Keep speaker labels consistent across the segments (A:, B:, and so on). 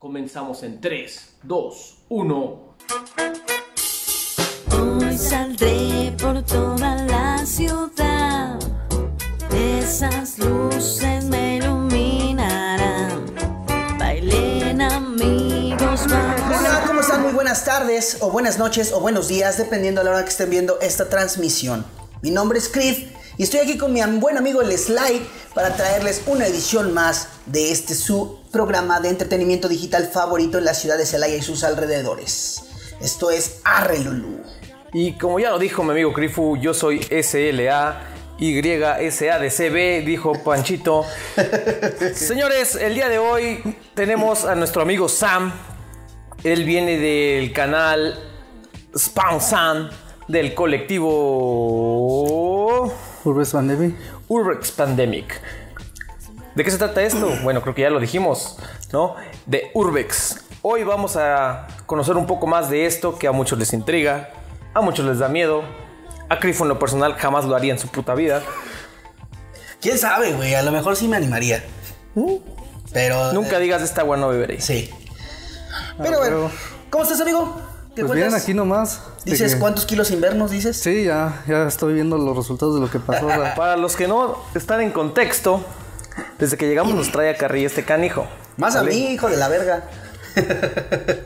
A: Comenzamos en 3, 2, 1.
B: Hoy saldré por toda la ciudad. Esas luces me iluminarán. Bailen amigos, vamos.
C: Hola, Pues ¿cómo están? Muy buenas tardes, o buenas noches, o buenos días, dependiendo a la hora que estén viendo esta transmisión. Mi nombre es Cliff y estoy aquí con mi am- buen amigo el Sly para traerles una edición más de este su programa de entretenimiento digital favorito en la ciudad de Celaya y sus alrededores. Esto es Arre Lulú.
D: Y como ya lo dijo mi amigo Crifu, yo soy SLA. YSADCB, dijo Panchito. Señores, el día de hoy tenemos a nuestro amigo Sam. Él viene del canal Spawn Sam del colectivo
E: Urbes Bandevi.
D: Urbex Pandemic. ¿De qué se trata esto? Bueno, creo que ya lo dijimos, ¿no? De Urbex. Hoy vamos a conocer un poco más de esto que a muchos les intriga, a muchos les da miedo. A Crifo en lo personal jamás lo haría en su puta vida.
C: ¿Quién sabe, güey? A lo mejor sí me animaría. Pero... eh,
D: Nunca digas de esta agua no beberéis.
C: Sí. Pero bueno,
E: huevo.
C: ¿cómo estás, amigo? ¿Qué
E: Pues
C: cuentas?
E: bien, aquí este, nomás. de
C: ¿Dices
E: que-
C: cuántos kilos invernos dices?
E: Sí, ya, ya estoy viendo los resultados de lo que pasó. la-
D: Para los que no están en contexto, desde que llegamos nos trae a carrilla este canijo.
C: Más a mí, hijo de la verga.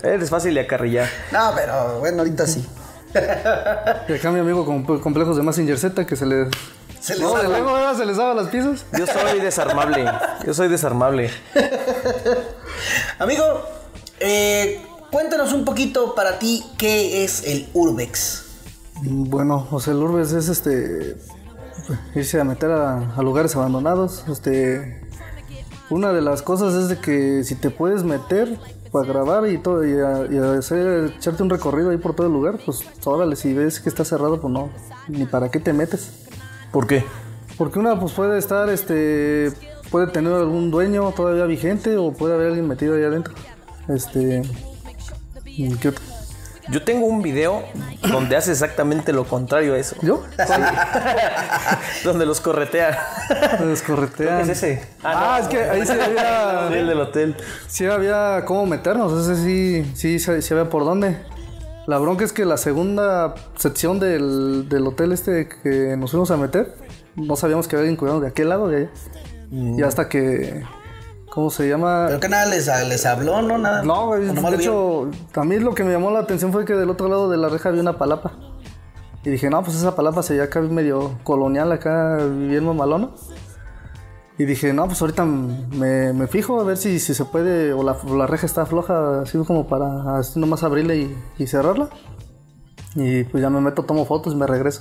D: Eres fácil de acarrillar.
C: No, pero bueno, ahorita sí.
E: Y acá mi amigo con con complejos de Massinger Z que se le.
C: Se les
E: No,
C: habla.
E: de luego ¿verdad? se les daba las piezas.
D: Yo soy desarmable. Yo soy desarmable.
C: Amigo, eh, cuéntanos un poquito para ti qué es el Urbex.
E: Bueno, o sea, el Urbes es este. irse a meter a, a lugares abandonados. Este. Una de las cosas es de que si te puedes meter para grabar y todo, y, a- y a hacer, echarte un recorrido ahí por todo el lugar, pues órale, si ves que está cerrado, pues no, ni para qué te metes.
D: ¿Por qué?
E: Porque una pues puede estar, este, puede tener algún dueño todavía vigente o puede haber alguien metido ahí adentro. Este, ¿y qué otro?
D: Yo tengo un video donde hace exactamente lo contrario a eso.
E: ¿Yo?
D: Donde los corretea.
E: Me descorretean.
D: ¿Qué es ese?
E: Pues, Ah, es que ahí sí había-
D: El del hotel.
E: Sí había cómo meternos, ese sí, sí, sí, sí había por dónde. La bronca es que la segunda sección del, del hotel este que nos fuimos a meter, no sabíamos que había alguien cuidando de aquel lado de allá.
D: Mm.
E: Y hasta que, ¿cómo se llama?
C: Pero que nada les, les habló, ¿no? Nada.
E: No, güey,
C: ¿O nomás
E: de
C: lo vieron?
E: hecho, a mí lo que me llamó la atención fue que del otro lado de la reja había una palapa. Y dije, no, pues esa palapa se veía acá medio colonial, acá bien mamalona. Y dije, no, pues ahorita me, me fijo a ver si, si se puede, o la, o la reja está floja, así como para así nomás abrirla y, y cerrarla. Y pues ya me meto, tomo fotos y me regreso.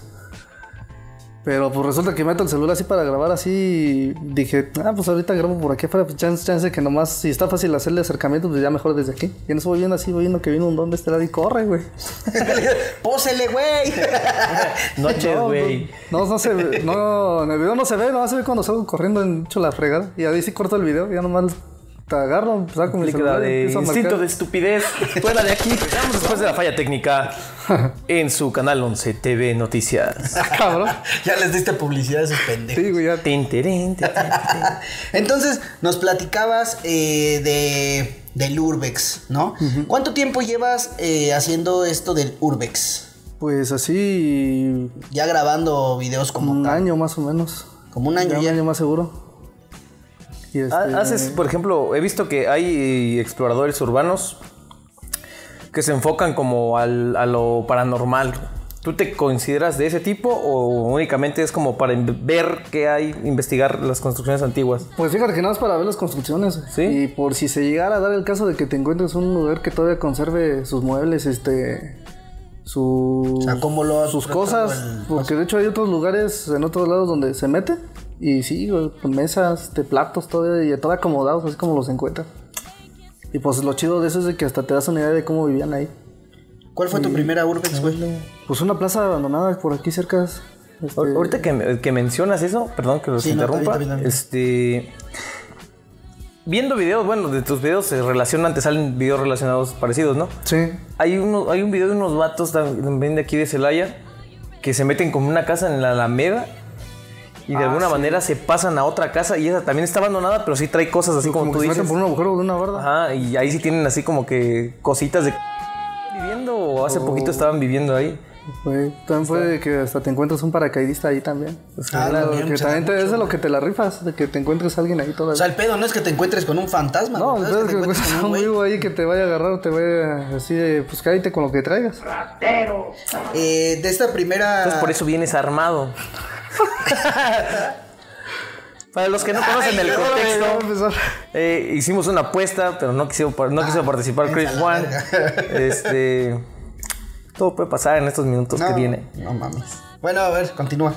E: Pero pues resulta que meto el celular así para grabar así. y dije, ah, pues ahorita grabo por aquí afuera, pues chance, chance que nomás, si está fácil hacerle acercamiento, pues ya mejor desde aquí. Y en eso voy viendo así, voy viendo que viene un don de este lado y corre, güey.
C: Pósele, güey.
D: Noches,
E: No,
D: güey.
E: No, no, no se ve, no, en el video no se ve, nomás se ve cuando salgo corriendo en hecho la fregada. Y ahí sí corto el video, ya nomás te agarro, pues, saco mi
D: Aplica la
E: celular y
D: de
E: empiezo a
D: instinto
E: marcar.
D: de estupidez. Fuera de aquí. Regresamos después de la falla técnica en su canal 11 TV Noticias.
E: Ah, Cabrón.
C: ya les diste publicidad a esos pendejos.
E: Sí, güey, ya.
D: Tin, tirín, tin, tin.
C: Entonces, nos platicabas eh, de, del Urbex, ¿no? ¿Cuánto tiempo llevas eh, haciendo esto del Urbex?
E: Pues así,
C: Ya grabando videos como,
E: un año más o menos.
C: como un año
E: un
C: ya.
E: año más seguro. Y este,
D: Ha- Haces, por ejemplo, he visto que hay exploradores urbanos que se enfocan como al- a lo paranormal. ¿Tú te consideras de ese tipo o únicamente es como para in- ver qué hay, investigar las construcciones antiguas?
E: Pues fíjate que nada más para ver las construcciones.
D: Sí.
E: Y por si se llegara a dar el caso de que te encuentres un lugar que todavía conserve sus muebles, este. Sus,
C: O sea, ¿cómo lo has
E: sus
C: tratado
E: cosas.
C: el-
E: Porque de hecho hay otros lugares en otros lados donde se mete. Y sí, güey, con mesas, de platos, todo, y todo acomodados, así como los encuentras. Y pues lo chido de eso es de que hasta te das una idea de cómo vivían ahí.
C: ¿Cuál fue tu primera Urbex, güey?
E: Pues una plaza abandonada por aquí cerca. este,
D: Ahor- Ahorita que, me- que mencionas eso, perdón que los
C: Sí, no, está bien,
D: interrumpa.
C: está bien,
D: este. Viendo videos, bueno, de tus videos se relacionan, te salen videos relacionados parecidos, ¿no?
E: Sí.
D: Hay, uno, hay un video de unos vatos tam- también de aquí de Celaya que se meten como en una casa en la Alameda y de alguna manera se pasan a otra casa y esa también está abandonada, pero sí trae cosas así como,
E: Como que
D: tú
E: se
D: dices.
E: meten por un agujero de una barda.
D: Ajá, y ahí sí tienen así como que cositas de viviendo o hace poquito estaban viviendo ahí.
E: Güey, también puede que hasta te encuentres un paracaidista ahí también.
C: Ah,
E: Era lo
C: también,
E: que
C: se
E: también
C: da
E: te-
C: mucho,
E: es de lo que te la rifas, de que te encuentres a alguien ahí todavía.
C: O sea, el pedo no es que te encuentres con un fantasma.
E: no,
C: güey,
E: entonces que
C: te
E: encuentres a un
C: güey.
E: vivo ahí que te vaya a agarrar o te vaya así de, pues cállate con lo que traigas.
C: Eh, de esta primera.
D: Entonces por eso vienes armado. Para los que no conocen el contexto,
E: Ya va a empezar.
D: eh, hicimos una apuesta, pero no quiso, par- no quiso participar Chris
C: la
D: Juan.
C: verga.
D: Este, todo puede pasar en estos minutos que
C: No,
D: viene.
C: No mames. Bueno, a ver, continúa.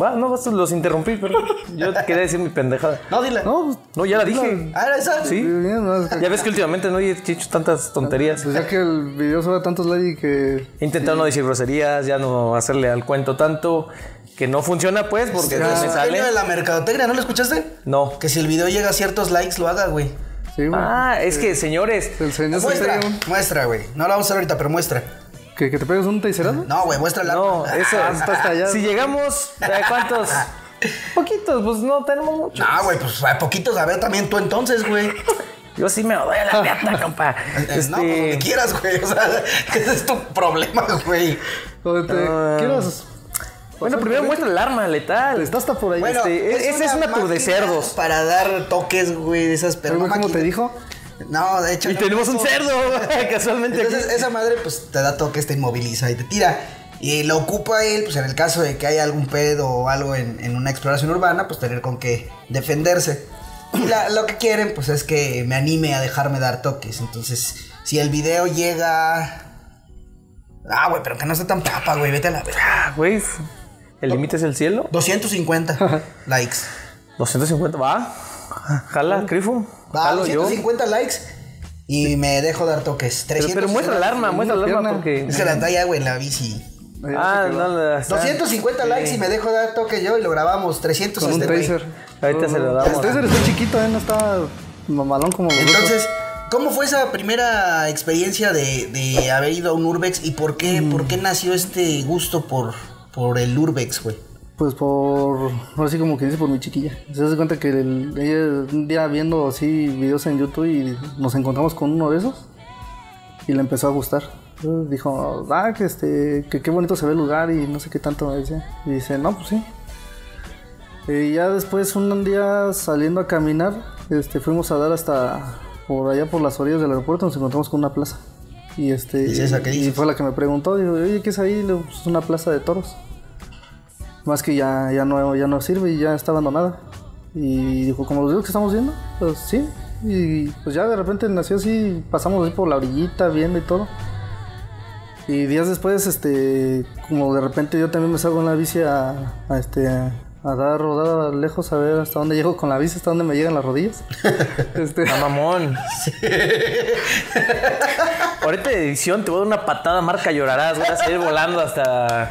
D: Va, no, estos los interrumpí, pero yo quería decir mi pendejada.
C: No, dile.
E: No, pues,
D: No, ya la dije.
C: Ah, esa.
D: Sí.
E: bien, no, es que-
D: Ya ves que últimamente no he hecho tantas tonterías.
E: pues ya que el video sube a tantos likes y que...
D: He intentado no decir groserías, ya no hacerle al cuento tanto, que no funciona pues, porque
C: Porque
D: no me sale.
C: de la mercadotecnia, Ah. ¿no lo escuchaste?
D: No.
C: Que si el video llega a ciertos likes, lo haga, güey.
E: Sí, güey.
D: Ah, es que señores,
E: El señor se
C: Muestra,
E: pega un-
C: muestra, güey. No lo vamos a hacer ahorita, pero muestra.
E: ¿Que, que te pegues un teiserado.
C: No, güey, muestra la.
D: no, eso,
E: está hasta allá.
D: si llegamos, ¿a cuántos? Poquitos, pues no tenemos mucho.
C: No, güey, pues a poquitos, a ver también tú entonces, güey.
D: Yo sí me doy a la plata, compa.
C: Eh,
D: Este,
C: No, pues donde quieras, güey. O sea, ese es tu problema, güey.
E: O te
D: Ah.
E: quieras...
D: bueno, primero muestra el arma letal.
E: Está hasta por ahí.
D: Bueno, Este, es- ese es un
C: máquina
D: aturdecerdos.
C: Para dar toques, güey, de esas
E: Pero, güey,
C: personas.
E: como te dijo,
C: No, de hecho.
D: Y
C: no,
D: tenemos un
C: eso-
D: cerdo, casualmente. aquí.
C: Entonces, esa madre, pues te da toques, te inmoviliza y te tira. Y lo ocupa él, pues en el caso de que haya algún pedo o algo en, en una exploración urbana, pues tener con qué defenderse. Y la- lo que quieren, pues es que me anime a dejarme dar toques. Entonces, si el video llega. Ah, güey, pero que no esté tan papa, güey, vete a la verga.
D: Ah, güey, el límite es el cielo.
C: 250 likes.
D: 250, va. Jala, Grifo.
C: Va,
D: Jalo yo.
C: 250 likes y me dejo dar toques.
D: Pero,
C: 300
D: pero muestra el arma, muestra el arma
E: pierna.
D: porque.
C: Es que la traía, güey, en la bici.
E: Ahí
D: Ah,
E: se quedó.
D: no, la-
C: 250 likes y me dejo dar toque yo y lo grabamos. 300
E: con un
C: este güey.
E: taser.
D: Ahorita se lo damos.
E: El taser está chiquito, ¿eh? No está mamalón como vosotros.
C: Entonces, ¿cómo fue esa primera experiencia de, de haber ido a un Urbex y por qué,
E: Mm.
C: por qué nació este gusto por, por el Urbex, güey?
E: Pues por. Así como que dice por mi chiquilla. Se hace cuenta que el- ella un día viendo así videos en YouTube y nos encontramos con uno de esos y le empezó a gustar. Entonces dijo, ah, que este, que qué bonito se ve el lugar y no sé qué tanto me dice. Y dice, no, pues sí. Y ya después, un día saliendo a caminar, este, fuimos a dar hasta por allá por las orillas del aeropuerto, nos encontramos con una plaza. Y este,
C: ¿Es esa que
E: y
C: dices?
E: fue la que me preguntó, dijo, oye, ¿qué es ahí? Le digo, "Pues, es una plaza de toros. Más que ya, ya, no, ya no sirve y ya está abandonada. Y dijo, como los videos que estamos viendo, pues sí. Y pues ya de repente nació así, pasamos así por la orillita viendo y todo. Y días después, este, como de repente yo también me salgo en la bici a, a, este, a, a dar rodada lejos, a ver hasta dónde llego con la bici, hasta dónde me llegan las rodillas. este,
D: Ah, mamón. Ahorita de edición te voy a dar una patada, marca llorarás. Voy a salir volando hasta.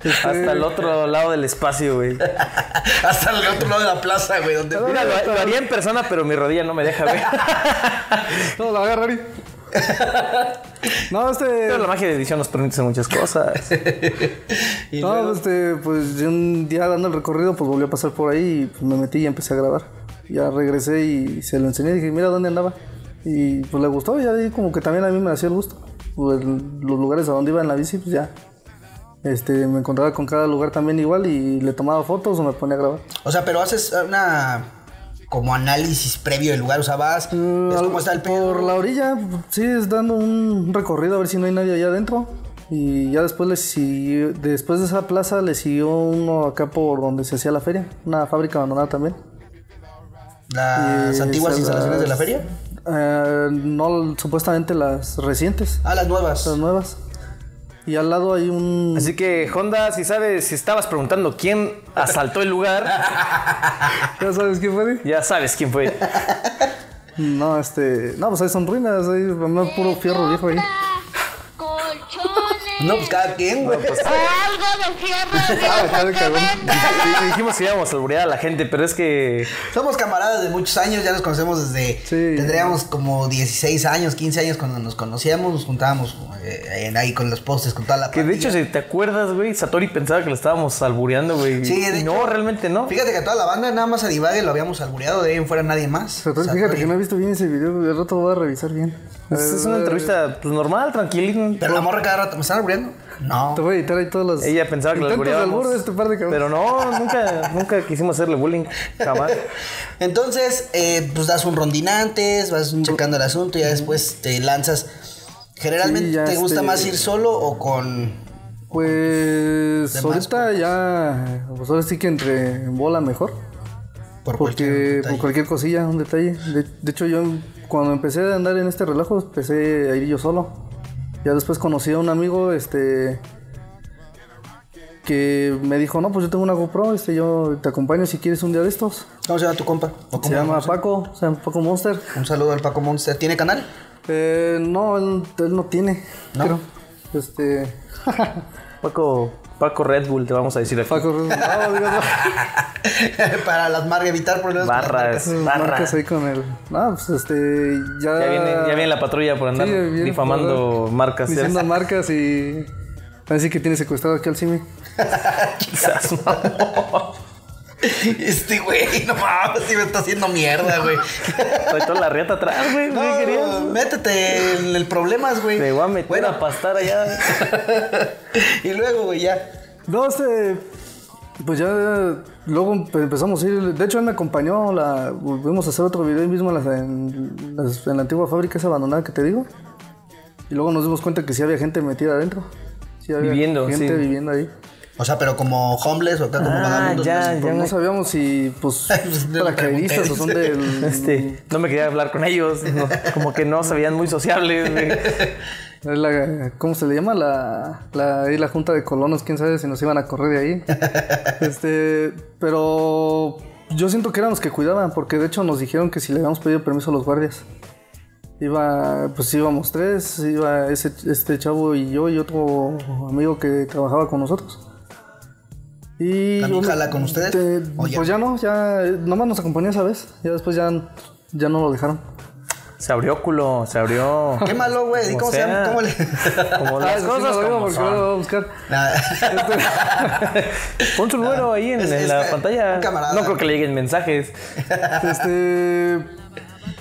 D: Hasta el otro lado del espacio, güey.
C: Ah, Hasta el otro lado de la plaza, güey,
E: Ah.
C: donde...
D: Mira, lo, lo haría en persona, pero mi rodilla no me deja, güey.
E: no, la voy a agarrar y... No, este...
D: Pero la magia de edición nos permite hacer muchas cosas.
E: No, este, pues yo un día dando el recorrido, pues volví a pasar por ahí y pues, me metí y empecé a grabar. Ya regresé y se lo enseñé y dije, mira dónde andaba. Y pues le gustó, ya ahí como que también a mí me hacía el gusto. Pues, los lugares a donde iba en la bici, pues ya. Este, me encontraba con cada lugar también igual y le tomaba fotos o me ponía a grabar.
C: O sea, pero haces una... Como análisis previo del lugar, o sea, vas, ves cómo está el pedo.
E: Mm, Por la orilla, sí, es dando un recorrido a ver si no hay nadie allá adentro. Y ya después le siguió- después de esa plaza le siguió uno acá por donde se hacía la feria, una fábrica abandonada también.
C: Las
E: Eh,
C: antiguas
E: se
C: instalaciones de la
E: las-
C: feria.
E: Eh, no, supuestamente las recientes,
C: Ah, las nuevas.
E: las nuevas. Y al lado hay un...
D: Así que, Honda, si sabes, si estabas preguntando quién asaltó el lugar,
E: ¿Ya sabes qué fue?
D: ya sabes quién fue.
E: No, este... No, pues ahí son ruinas, ahí nomás puro fierro viejo ahí.
C: No, pues cada quien, güey.
F: algo de fierro
E: Ah,
F: viejo que
E: cabrón.
F: venda.
D: Y dijimos que íbamos a alburear a la gente, pero es que
C: Somos camaradas de muchos años, ya nos conocemos desde.
E: Sí.
C: Tendríamos como 16 años, 15 años cuando nos conocíamos, nos juntábamos Eh, en- ahí con los postes, con toda la
D: Que de
C: pandilla.
D: hecho, si te acuerdas, güey, Satori pensaba que lo estábamos albureando, güey.
C: Sí, de
D: Y no,
C: hecho.
D: realmente no.
C: Fíjate que a toda la banda, nada más a Divague lo habíamos albureado, de ahí en fuera nadie más.
E: Pero entonces,
C: Satori.
E: fíjate que no he visto bien ese video, güey, al rato lo voy a revisar bien. Eh,
D: Es, Pues, es una entrevista pues, normal, tranquila.
C: Pero la morra cada rato, ¿me están albureando? No.
E: Te voy a editar ahí todos los.
D: Ella pensaba que lo
E: intentos de
D: albureábamos.
E: albur de este par de cabrones.
D: Pero no, nunca, nunca quisimos hacerle bullying. Jamás.
C: Entonces, eh, pues das un rondín antes, vas checando el asunto y ya después te lanzas. Generalmente,
E: Sí, ya
C: ¿te gusta
E: este-
C: más ir solo o con...?
E: Pues
C: Demás
E: ahorita ya, pues ahora sí que entre bola mejor.
C: Por
E: Porque
C: cualquier
E: por
C: detalle?
E: cualquier cosilla, un detalle. De, de hecho, yo cuando empecé a andar en este relajo, empecé a ir yo solo. Ya después conocí a un amigo, este, que me dijo, no, pues yo tengo una GoPro, este, yo te acompaño si quieres un día de estos.
C: ¿Cómo se llama tu compa? ¿O
E: Se
C: cómo-
E: llama Paco, se llama Paco Monster.
C: Un saludo al Paco Monster. ¿Tiene canal?
E: Eh, no, él, él no tiene,
C: ¿No?
E: creo. Este,
D: Paco, Paco Red Bull, te vamos a decir aquí.
E: Paco, no, digo, no.
C: Para las mar evitar problemas. con las marcas.
D: Barras,
E: Esas
D: barras.
E: marcas ahí con él. No, pues este. Ya,
D: Ya viene, ya viene la patrulla por andar
E: Sí, ya viene
D: difamando
E: por-
D: marcas. ¿eh?
E: Diciendo marcas y. Así que tiene secuestrado aquí al Simi.
D: Quizás no.
C: Este güey, no mames, si me está haciendo mierda, güey.
D: Trae toda la riata atrás, güey.
C: No,
D: ¿qué querías?
C: métete en el problemas, güey.
D: Te voy a meter
C: Bueno.
D: a pastar allá.
C: y luego, güey, ya.
E: No, este. Pues ya. Luego empe- empezamos a ir. De hecho, él me acompañó. La, volvimos a hacer otro video ahí mismo en, las- en las- en la antigua fábrica esa abandonada que te digo. Y luego nos dimos cuenta que sí había gente metida adentro. Sí había
D: Viviendo,
E: gente
D: sí.
E: viviendo ahí.
C: O sea, pero como homeless o acá como
D: Ah,
C: vagabundos.
D: ya,
E: Pero no
D: ya.
E: sabíamos si, pues,
C: Pues, le
E: paracaidistas o son
C: pregunté.
E: del.
D: Este, no me quería hablar con ellos. no, como que no se veían muy sociables, güey.
E: Es la- ¿Cómo se le llama? La, la, ahí la junta de colonos, quién sabe si nos iban a correr de ahí. este, pero yo siento que eran los que cuidaban, porque de hecho nos dijeron que si le habíamos pedido permiso a los guardias. Iba, pues íbamos tres, iba ese, este chavo y yo y otro amigo que trabajaba con nosotros. Y
C: ¿También
E: yo-
C: jala con ustedes?
E: te-
C: ¿O ya?
E: pues ya no, ya eh, nomás nos acompañó esa vez, ya después ya, ya no lo dejaron.
D: Se abrió culo, se abrió.
C: pues, Qué malo, güey. ¿Y
D: Como
C: ¿Cómo se llama?
D: sea.
C: ¿Cómo le.?
D: Como
E: Ah,
D: las
E: eso sí
D: cosas
E: no lo digo
D: como
E: porque luego lo
D: son.
E: voy a buscar.
C: Nada.
D: Pon su número ahí en,
C: Es-
D: en
C: es
D: la
C: ca-
D: pantalla.
C: un camarada.
D: No creo que le lleguen mensajes.
E: Este.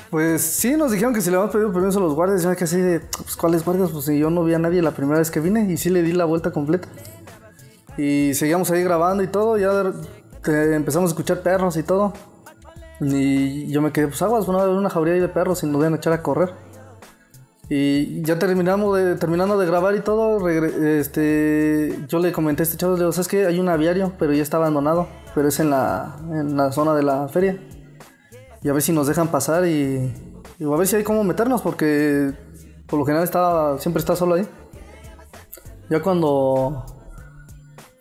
E: Pues sí, nos dijeron que si le habíamos pedido permiso a los guardias. Yo me quedé así de, pues, ¿cuáles guardias? Pues si yo no vi a nadie la primera vez que vine. Y sí le di la vuelta completa. Y seguíamos ahí grabando y todo. Ya de- te- empezamos a escuchar perros y todo. Y yo me quedé, pues aguas, van a haber una jauría ahí de perros y nos van a echar a correr. Y ya terminamos de, terminando de grabar y todo, regre- este, yo le comenté a este chavo, le digo, ¿sabes qué? Hay un aviario, pero ya está abandonado, pero es en la, en la zona de la feria. Y a ver si nos dejan pasar y, y a ver si hay cómo meternos, porque por lo general está, siempre está solo ahí. Ya cuando,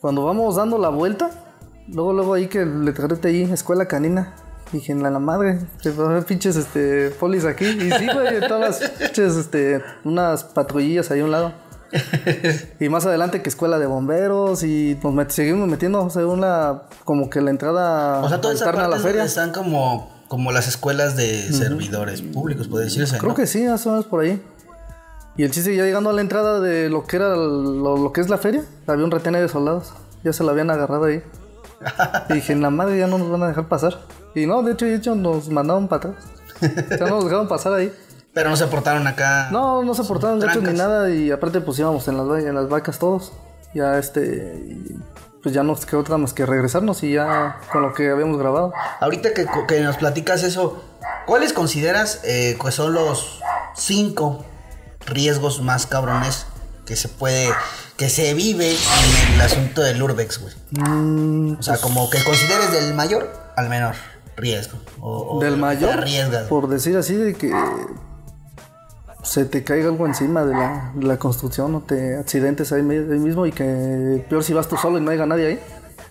E: cuando vamos dando la vuelta, luego, luego ahí que le traté ahí, escuela canina. Dije, en la, la madre, te va a haber pinches este, polis aquí. Y sí, güey, todas las pinches, este, unas patrullillas ahí a un lado. Y más adelante que escuela de bomberos y nos met- seguimos metiendo, o sea, una, como que la entrada
C: O sea, todas esas
E: alterna a la
C: partes
E: feria.
C: están como, como las escuelas de servidores públicos, puede decirse.
E: Creo
C: ¿no?
E: que sí, más o menos por ahí. Y el chiste, ya llegando a la entrada de lo que era el- lo, lo que es la feria, había un retén ahí de soldados. Ya se la habían agarrado ahí. Y dije, la madre ya no nos van a dejar pasar. Y no, de hecho, de hecho nos mandaron para atrás. Ya no nos dejaron pasar ahí.
C: Pero no se portaron acá.
E: No, no se portaron gachos ni
C: trancas.
E: nada. Y aparte, pues íbamos en las, va- en las vacas todos. Ya este. y, Pues ya nos quedó otra más que regresarnos y ya con lo que habíamos grabado.
C: Ahorita que, que nos platicas eso, ¿cuáles consideras eh, que son los cinco riesgos más cabrones que se puede, que se vive en el asunto del Urbex, güey?
D: Mm,
C: o
D: pues
C: sea, como que consideres del mayor al menor riesgo. o- o
E: del
C: lo que Te
E: mayor,
C: arriesgas.
E: por decir así, de que se te caiga algo encima de la, de la construcción o te accidentes ahí, mi- ahí mismo y que peor si vas tú solo y no haya nadie ahí.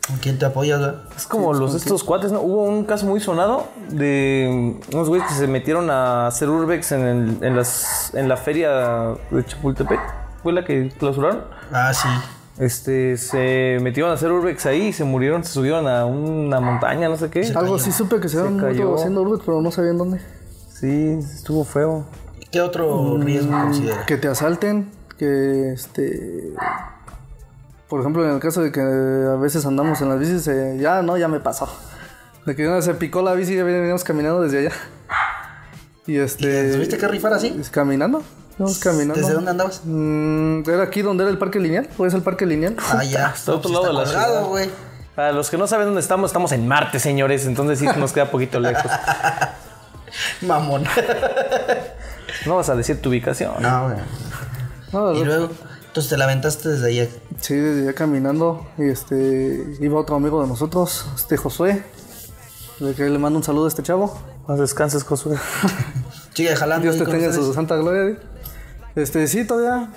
C: ¿Con quién te apoyas, güey?
D: Es como los estos cuates, ¿no? Hubo un caso muy sonado de unos güeyes que se metieron a hacer urbex en, el- en, las, en la feria de Chapultepec. Fue la que clausuraron.
C: Ah, sí.
D: Este, se metieron a hacer urbex ahí y se murieron, se subieron a una montaña, no sé qué.
E: Algo sí supe que se, había muerto
D: cayó.
E: haciendo urbex, pero no sabía en dónde.
D: Sí, estuvo feo. Mm,
C: ¿Qué otro riesgo consideras?
E: Que te asalten, que este por ejemplo en el caso de que a veces andamos en las bicis eh, ya no ya me pasó de que una vez se picó la bici y veníamos caminando desde allá y este
C: ¿Tuviste que rifar así?
E: es caminando Vamos caminando.
C: ¿Desde dónde andabas?
E: Mm, era aquí donde era el parque lineal, ¿o es el parque lineal?
C: Ah, ya.
D: Está a otro
C: Sí
D: lado de la
C: colgado,
D: ciudad.
C: güey.
D: Para los que no saben dónde estamos, estamos en Marte, señores. Entonces sí nos queda poquito lejos.
C: Mamón.
D: No vas a decir tu ubicación.
C: no, güey.
E: No,
C: Y luego, entonces te la aventaste desde allá.
E: Ah, Sí, desde allá caminando, y este, iba otro amigo de nosotros, este Josué, de que le mando un saludo a este chavo,
D: No descanses, Josué.
C: Sigue jalando.
E: Dios
C: ahí
E: te
C: Ah, con
E: tenga en
C: ustedes.
E: su santa gloria. ¿eh? Este, sí, todavía,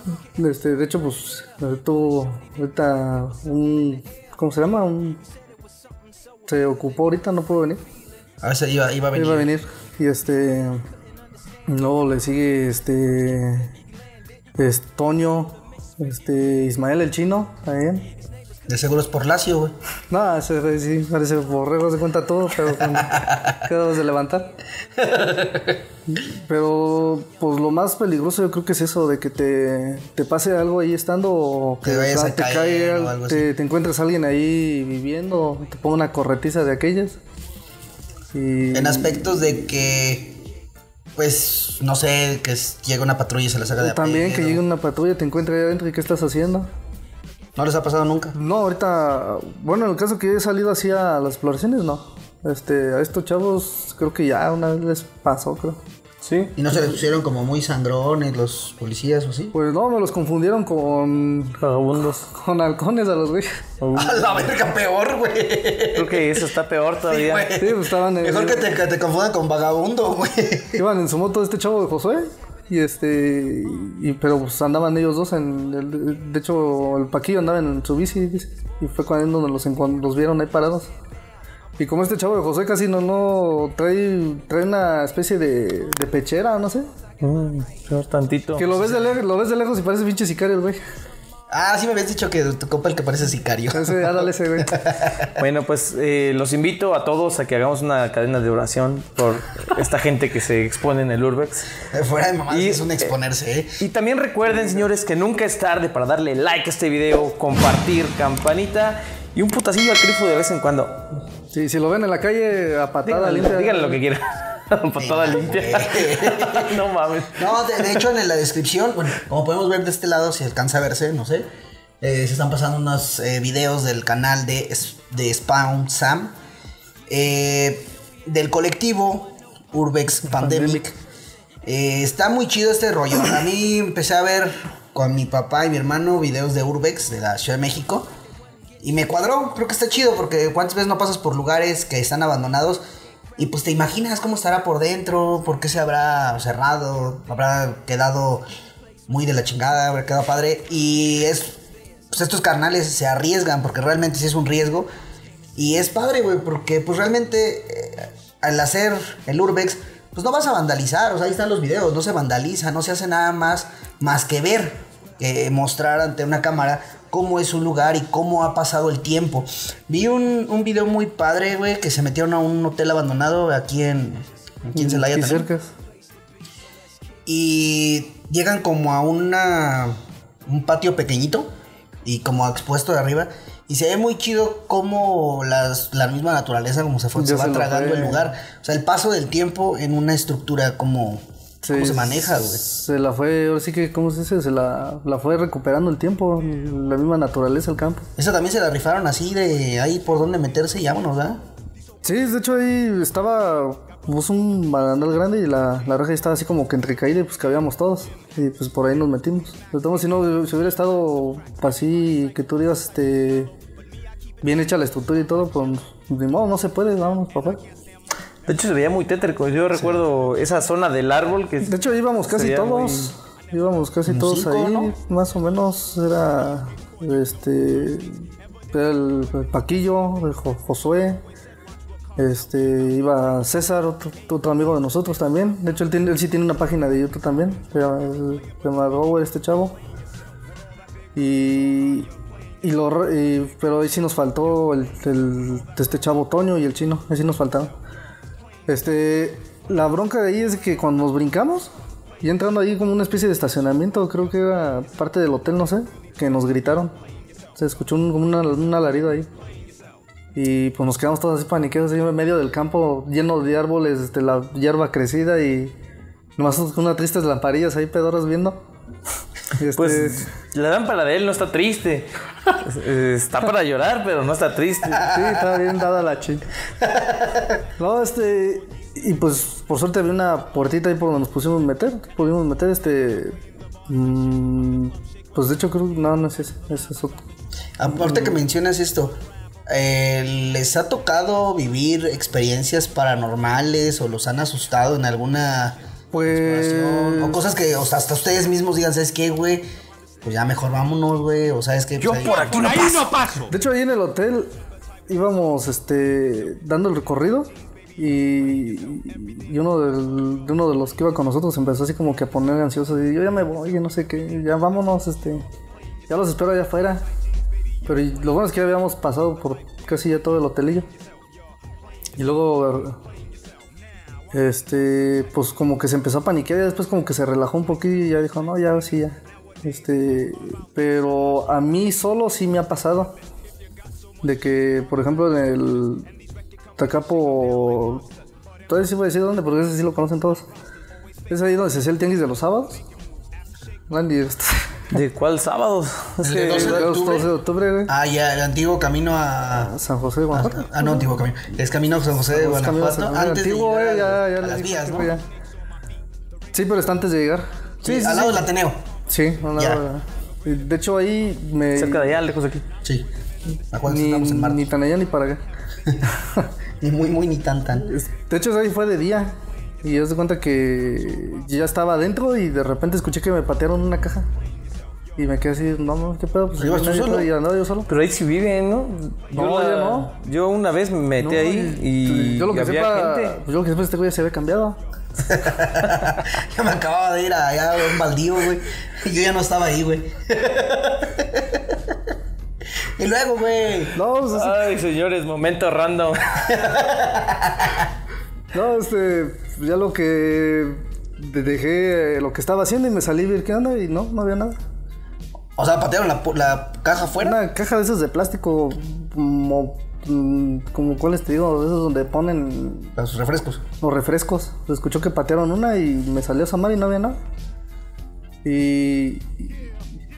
E: este, de hecho, pues, tuvo ahorita un, ¿cómo se llama? Un, se ocupó ahorita, no pudo venir.
C: A ver, se iba, iba a venir.
E: Iba a venir. Y este. Luego le sigue este. es Toño. Este. Ismael el chino. También.
C: De seguro es por Lacio, güey.
E: No, ese güey sí, parece borrego, se cuenta todo, pero con- quedamos de levantar. Pero, pues lo más peligroso yo creo que es eso, de que te, te pase algo ahí estando o que
C: Te vayas a
E: te
C: caer
E: caiga,
C: o algo así.
E: te, te encuentres a alguien ahí viviendo, te ponga una corretiza de aquellas. Y,
C: En aspectos de que. Pues, no sé, que es- llega una patrulla y se la saca de
E: O
C: a
E: también que
C: pedo.
E: llegue una patrulla, te encuentre ahí adentro y qué estás haciendo.
C: No les ha pasado nunca.
E: No, ahorita, bueno, en el caso que yo he salido así a las exploraciones, no. Este, a estos chavos creo que ya una vez les pasó, creo.
D: Sí.
C: Y no se les pusieron como muy sangrones los policías o así.
E: Pues no, me los confundieron con,
D: Vagabundos.
E: con halcones a los güeyes.
C: A la verga, peor, güey.
D: Creo que eso está peor todavía.
E: Sí, pues estaban en-
C: Mejor que te, que te confundan con vagabundo, güey.
E: Iban en su moto este chavo de Josué. Y este, y, pero pues andaban ellos dos en, el- de hecho, el Paquillo andaba en su bici, dice, y fue cuando nos los, encon- los vieron ahí parados. Y como este chavo de Josué casi no, no, trae, trae una especie de, de pechera, no sé.
D: Mm, peor tantito.
E: Que lo ves de lejos, lo ves de lejos y parece pinche sicario el güey.
C: Ah, sí me habías dicho que tu compa el que parece sicario.
E: Ese, ándale ese güey.
D: Bueno, pues eh, los invito a todos a que hagamos una cadena de oración por esta gente que se expone en el Urbex.
C: Fuera de mamá,
D: Y-
C: es un exponerse, ¿eh?
D: Y también recuerden, señores, que nunca es tarde para darle like a este video, compartir, campanita y un putacillo al grifo de vez en cuando.
E: Sí, si lo ven en la calle a patada
D: Díganle,
E: limpia.
D: díganle lo que quieran. Patada limpia. no mames.
C: No, de, de hecho, en la descripción, bueno, como podemos ver de este lado, si alcanza a verse, no sé, eh, se están pasando unos eh, videos del canal de, S- de Spawn Sam, eh, del colectivo Urbex Pandemic. Eh, está muy chido este rollo. A mí empecé a ver con mi papá y mi hermano videos de Urbex de la Ciudad de México. Y me cuadró, creo que está chido porque cuántas veces no pasas por lugares que están abandonados y pues te imaginas cómo estará por dentro, por qué se habrá cerrado, habrá quedado muy de la chingada, habrá quedado padre. Y es, pues estos carnales se arriesgan porque realmente sí es un riesgo. Y es padre, güey, porque pues realmente eh, al hacer el Urbex, pues no vas a vandalizar, o sea, ahí están los videos, no se vandaliza, no se hace nada más más que ver, eh, mostrar ante una cámara cómo es un lugar y cómo ha pasado el tiempo. Vi un, un video muy padre, güey, que se metieron a un hotel abandonado aquí en, aquí en Celaya
E: Y
C: también.
E: cercas.
C: Y llegan como a una un patio pequeñito y como expuesto de arriba. Y se ve muy chido como las, la misma naturaleza como se, fue,
E: Ya
C: se va
E: se lo
C: tragando
E: fue.
C: el lugar. O sea, el paso del tiempo en una estructura como, cómo se maneja, güey.
E: Se la fue, ahora sí que, ¿cómo se dice? Se la, la fue recuperando el tiempo, la misma naturaleza, el campo.
C: Esa también se la rifaron así de ahí por dónde meterse y vámonos, ¿verdad?
E: Sí, de hecho ahí estaba, puso un barandal grande y la, la reja estaba así como que entre caída y pues cabíamos todos. Y pues por ahí nos metimos. Pero tomo, si no, si hubiera estado así, que tú digas, este, bien hecha la estructura y todo, pues ni modo, no se puede, vámonos, papá.
D: De hecho, se veía muy tétrico. Yo recuerdo esa zona del árbol que
E: De hecho íbamos casi
D: Sería
E: todos, íbamos casi todos
C: cinco,
E: ahí,
C: ¿no?
E: más o menos era, este, era el, el Paquillo, el Jo- Josué, este, iba César, otro, otro amigo de nosotros también. De hecho, él, tiene- él sí tiene una página de YouTube también. Se llama, se llama Rower, este chavo. Y, y lo, re- y- pero ahí sí nos faltó el, el- este chavo Toño y el chino. Ahí sí nos faltaron. Este, la bronca de ahí es que cuando nos brincamos, Y entrando ahí como una especie de estacionamiento, creo que era parte del hotel, no sé, que nos gritaron. Se escuchó un, como una- un alarido ahí. Y pues nos quedamos todos así paniqueados, ahí en medio del campo, lleno de árboles, este, la hierba crecida y nomás unas tristes lamparillas ahí pedoras viendo. Este,
D: Pues la lámpara de él no está triste. Eh, está para llorar, pero no está triste.
E: Sí, estaba bien dada la chin. No, este. Y pues, por suerte había una puertita ahí por donde nos pusimos meter. Pudimos meter este. mm, pues de hecho, creo que. No, no es ese. Ese es otro.
C: Aparte que mencionas esto, eh, ¿les ha tocado vivir experiencias paranormales o los han asustado en alguna
E: Pues.
C: situación? O cosas que o sea, hasta ustedes mismos digan, ¿sabes qué, güey? Pues ya mejor vámonos, güey. O sabes qué.
D: Yo
C: Pues ahí-
D: por aquí no
A: ahí
D: paso.
A: no paso.
E: De hecho, ahí en el hotel íbamos este, dando el recorrido y, y uno, del- de uno de los que iba con nosotros empezó así como que a poner ansioso y yo ya me voy y no sé qué, ya vámonos, este, ya los espero allá afuera. Pero y lo bueno es que ya habíamos pasado por casi ya todo el hotelillo. Y luego, este, pues como que se empezó a paniquear y después como que se relajó un poquillo y ya dijo, no, ya, sí, ya. Este, pero a mí solo sí me ha pasado. De que, por ejemplo, en el Tacapo. Todavía sí voy a decir dónde, porque ese sí lo conocen todos. Es ahí donde se hacía el tianguis de los sábados. Randy, este,
D: ¿De cuál sábado?
C: El de 12 de
E: los
C: octubre.
E: 12 de octubre, güey,
C: Ah, ya, el antiguo camino a.
E: a San José, Guanajuato.
C: Ah, no, antiguo camino. Es camino a San José de
E: Los caminos
C: Guanajuato.
E: a-
C: Antes de
E: antiguo,
C: llegar
E: güey, ya,
C: al-
E: ya
C: a
E: le
C: las
E: dije,
C: vías,
E: antiguo,
C: ¿no?
E: ya. Sí, pero está antes de llegar.
C: Sí, al lado del Ateneo.
E: Sí, no, no,
C: Ya.
E: no. De hecho, ahí me.
D: Cerca de allá, lejos de aquí.
C: Sí. Me acuerdo que
E: ni,
C: Pues, estamos en Marte.
E: ni tan allá ni para acá.
C: Ni muy, muy, ni tan, tan.
E: Es- De hecho, ahí fue de día. Y yo de cuenta que yo ya estaba adentro y de repente escuché que me patearon una caja. Y me quedé así, no, no, qué pedo, pues
C: ¿Ibas tú
E: nadie-
C: solo?
E: y andaba yo solo.
D: Pero ahí sí viven, ¿no?
E: No,
D: la-
E: ya no.
D: Yo una vez me metí
E: No, Pues,
D: ahí y,
E: yo lo que
D: y había
E: sepa,
D: gente.
E: pues, yo lo que sepa este güey ya se había cambiado.
C: Yo me acababa de ir allá a un baldío, güey. Y Yo ya no estaba ahí, güey. y luego, güey.
E: No, pues, así-
D: Ay, señores, momento random.
E: no, este, ya lo que de- dejé eh, lo que estaba haciendo y me salí a ver qué onda y no, no había nada.
C: O sea, patearon la, pu- la caja afuera.
E: Una caja de esas de plástico, como, mm, como cuáles te digo, de esos donde ponen
C: Los refrescos.
E: los refrescos. Se escuchó que patearon una y me salió esa madre y no había nada. Y,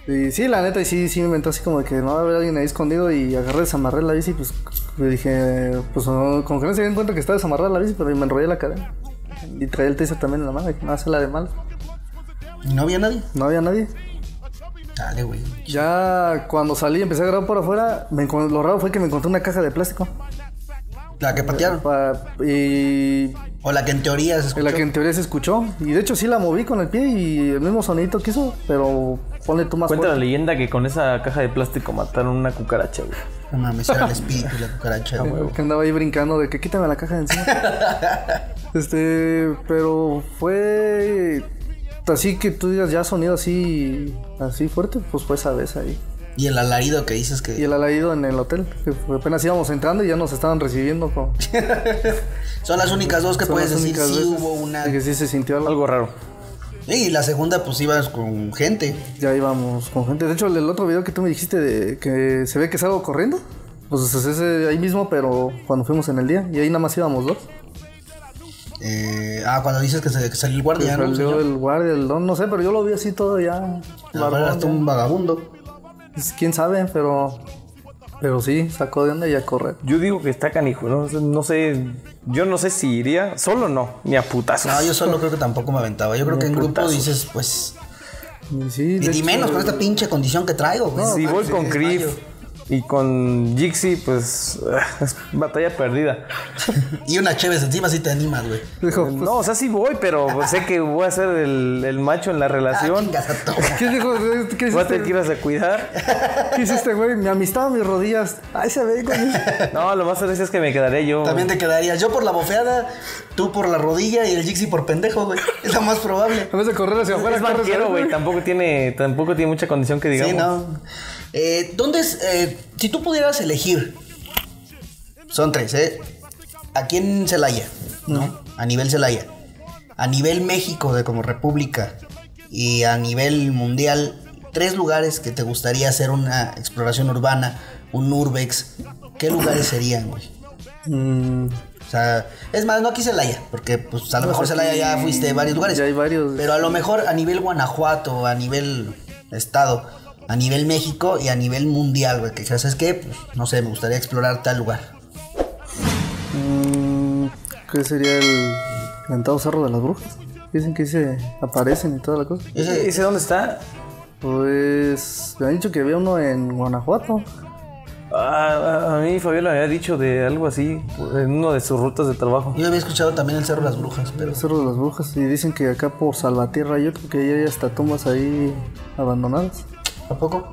E: y sí, la neta, y sí, sí me inventó así como de que no va a haber alguien ahí escondido y agarré, desamarré la bici, pues le dije, pues no, como que no se dieron cuenta que estaba desamarrada la bici, pero me enrollé la cadena. Y traía el taser también en la mano, que no hace la de mal.
C: Y no había nadie.
E: No había nadie.
C: Dale, güey.
E: Ya cuando salí y empecé a grabar por afuera, me encon- lo raro fue que me encontré una caja de plástico.
C: La que patearon.
E: Pa- y
C: O la que en teoría se
E: En la
C: escuchó.
E: que en teoría se escuchó. Y de hecho sí la moví con el pie y el mismo sonidito que hizo, pero ponle tú más
D: Cuenta la
E: fuerte.
D: leyenda que con esa caja de plástico mataron una cucaracha, güey.
C: No mames, era el espíritu, la cucaracha, güey.
E: Que andaba ahí brincando de que quítame la caja de encima. este, pero fue así que tú digas ya sonido así así fuerte, pues fue esa vez ahí.
C: Y el alarido que dices
E: Y
C: que.
E: el alarido en el hotel, que fue- apenas íbamos entrando y ya nos estaban recibiendo con
C: Son las únicas dos que
E: son
C: puedes
E: las
C: decir
E: únicas
C: sí
E: veces
C: hubo una.
E: de que sí se sintió algo.
D: Algo raro.
C: Y la segunda, pues ibas con gente.
E: Ya íbamos con gente. De hecho, el, el otro video que tú me dijiste de que se ve que salgo corriendo, pues es ese ahí mismo, pero cuando fuimos en el día. Y ahí nada más íbamos dos.
C: Eh, ah, cuando dices que, se, que salió el guardia, ¿no?
E: Salió
C: Señor?
E: el guardia, el don, no sé, pero yo lo vi así todo ya.
C: A lo mejor
E: barbón,
C: era hasta un vagabundo.
E: ya. Pues, Quién sabe, pero. Pero sí, sacó de onda y a correr.
D: Yo digo que está canijo, ¿no? O sea, No sé, yo no sé si iría, solo no, ni a putazos.
C: No, yo solo creo que tampoco me aventaba. Yo creo que en grupo
D: putazos.
C: dices, pues.
E: Y sí,
C: Y
E: de
C: ni
E: hecho, eh,
C: menos con esta pinche condición que traigo, güey.
D: si
C: No,
D: voy
C: mames,
D: con
C: es
D: Criff
C: mayo.
D: y con Jixi, pues es batalla perdida. Eh,
C: Y una chévere encima sí te animas, güey.
E: Dijo, pues,
D: No, o sea, sí voy, pero sé que voy a ser el, el macho en la
C: Ah,
D: relación.
C: chingas a todo.
E: ¿Qué dijo? ¿Qué
D: Voy a tener
E: hiciste?
D: que irlas a cuidar.
E: ¿Qué hiciste, güey? Mi amistad, mis rodillas. Ahí se ve, güey.
D: No, lo más triste es que me quedaré yo.
C: También te quedarías yo por la bofeada, tú por la rodilla y el Jixi por pendejo, güey. Es lo más probable.
E: En vez de correr hacia afuera,
D: es
E: corres,
D: banquero, güey. Tampoco tiene, tampoco tiene mucha condición que digamos.
C: Sí, no. Eh, ¿Dónde es, eh, si tú pudieras elegir, son tres, ¿eh? ¿A quién Celaya? ¿No? A nivel Celaya. a nivel México de como república y a nivel mundial, tres lugares que te gustaría hacer una exploración urbana, un urbex, ¿qué lugares serían, güey?
E: Mm,
C: O sea, es más, no aquí Celaya, porque pues a lo mejor Celaya ya fuiste a varios lugares.
E: Ya hay varios.
C: Pero a lo mejor a nivel Guanajuato, a nivel Estado, a nivel México y a nivel mundial, güey. Que ya sabes qué, pues no sé, me gustaría explorar tal lugar.
E: mm, ¿Qué sería el mentado cerro de las brujas? Dicen que ahí se aparecen y toda la cosa.
C: Ese-
D: ¿Ese dónde está?
E: Pues me han dicho que había uno en Guanajuato.
D: Ah, a, a mí Fabiola me había dicho de algo así en una de sus rutas de trabajo.
C: Yo había escuchado también el Cerro de las Brujas, pero
E: El Cerro de las Brujas y dicen que acá por Salvatierra hay otro que ahí hay hasta tumbas ahí abandonadas.
C: tampoco.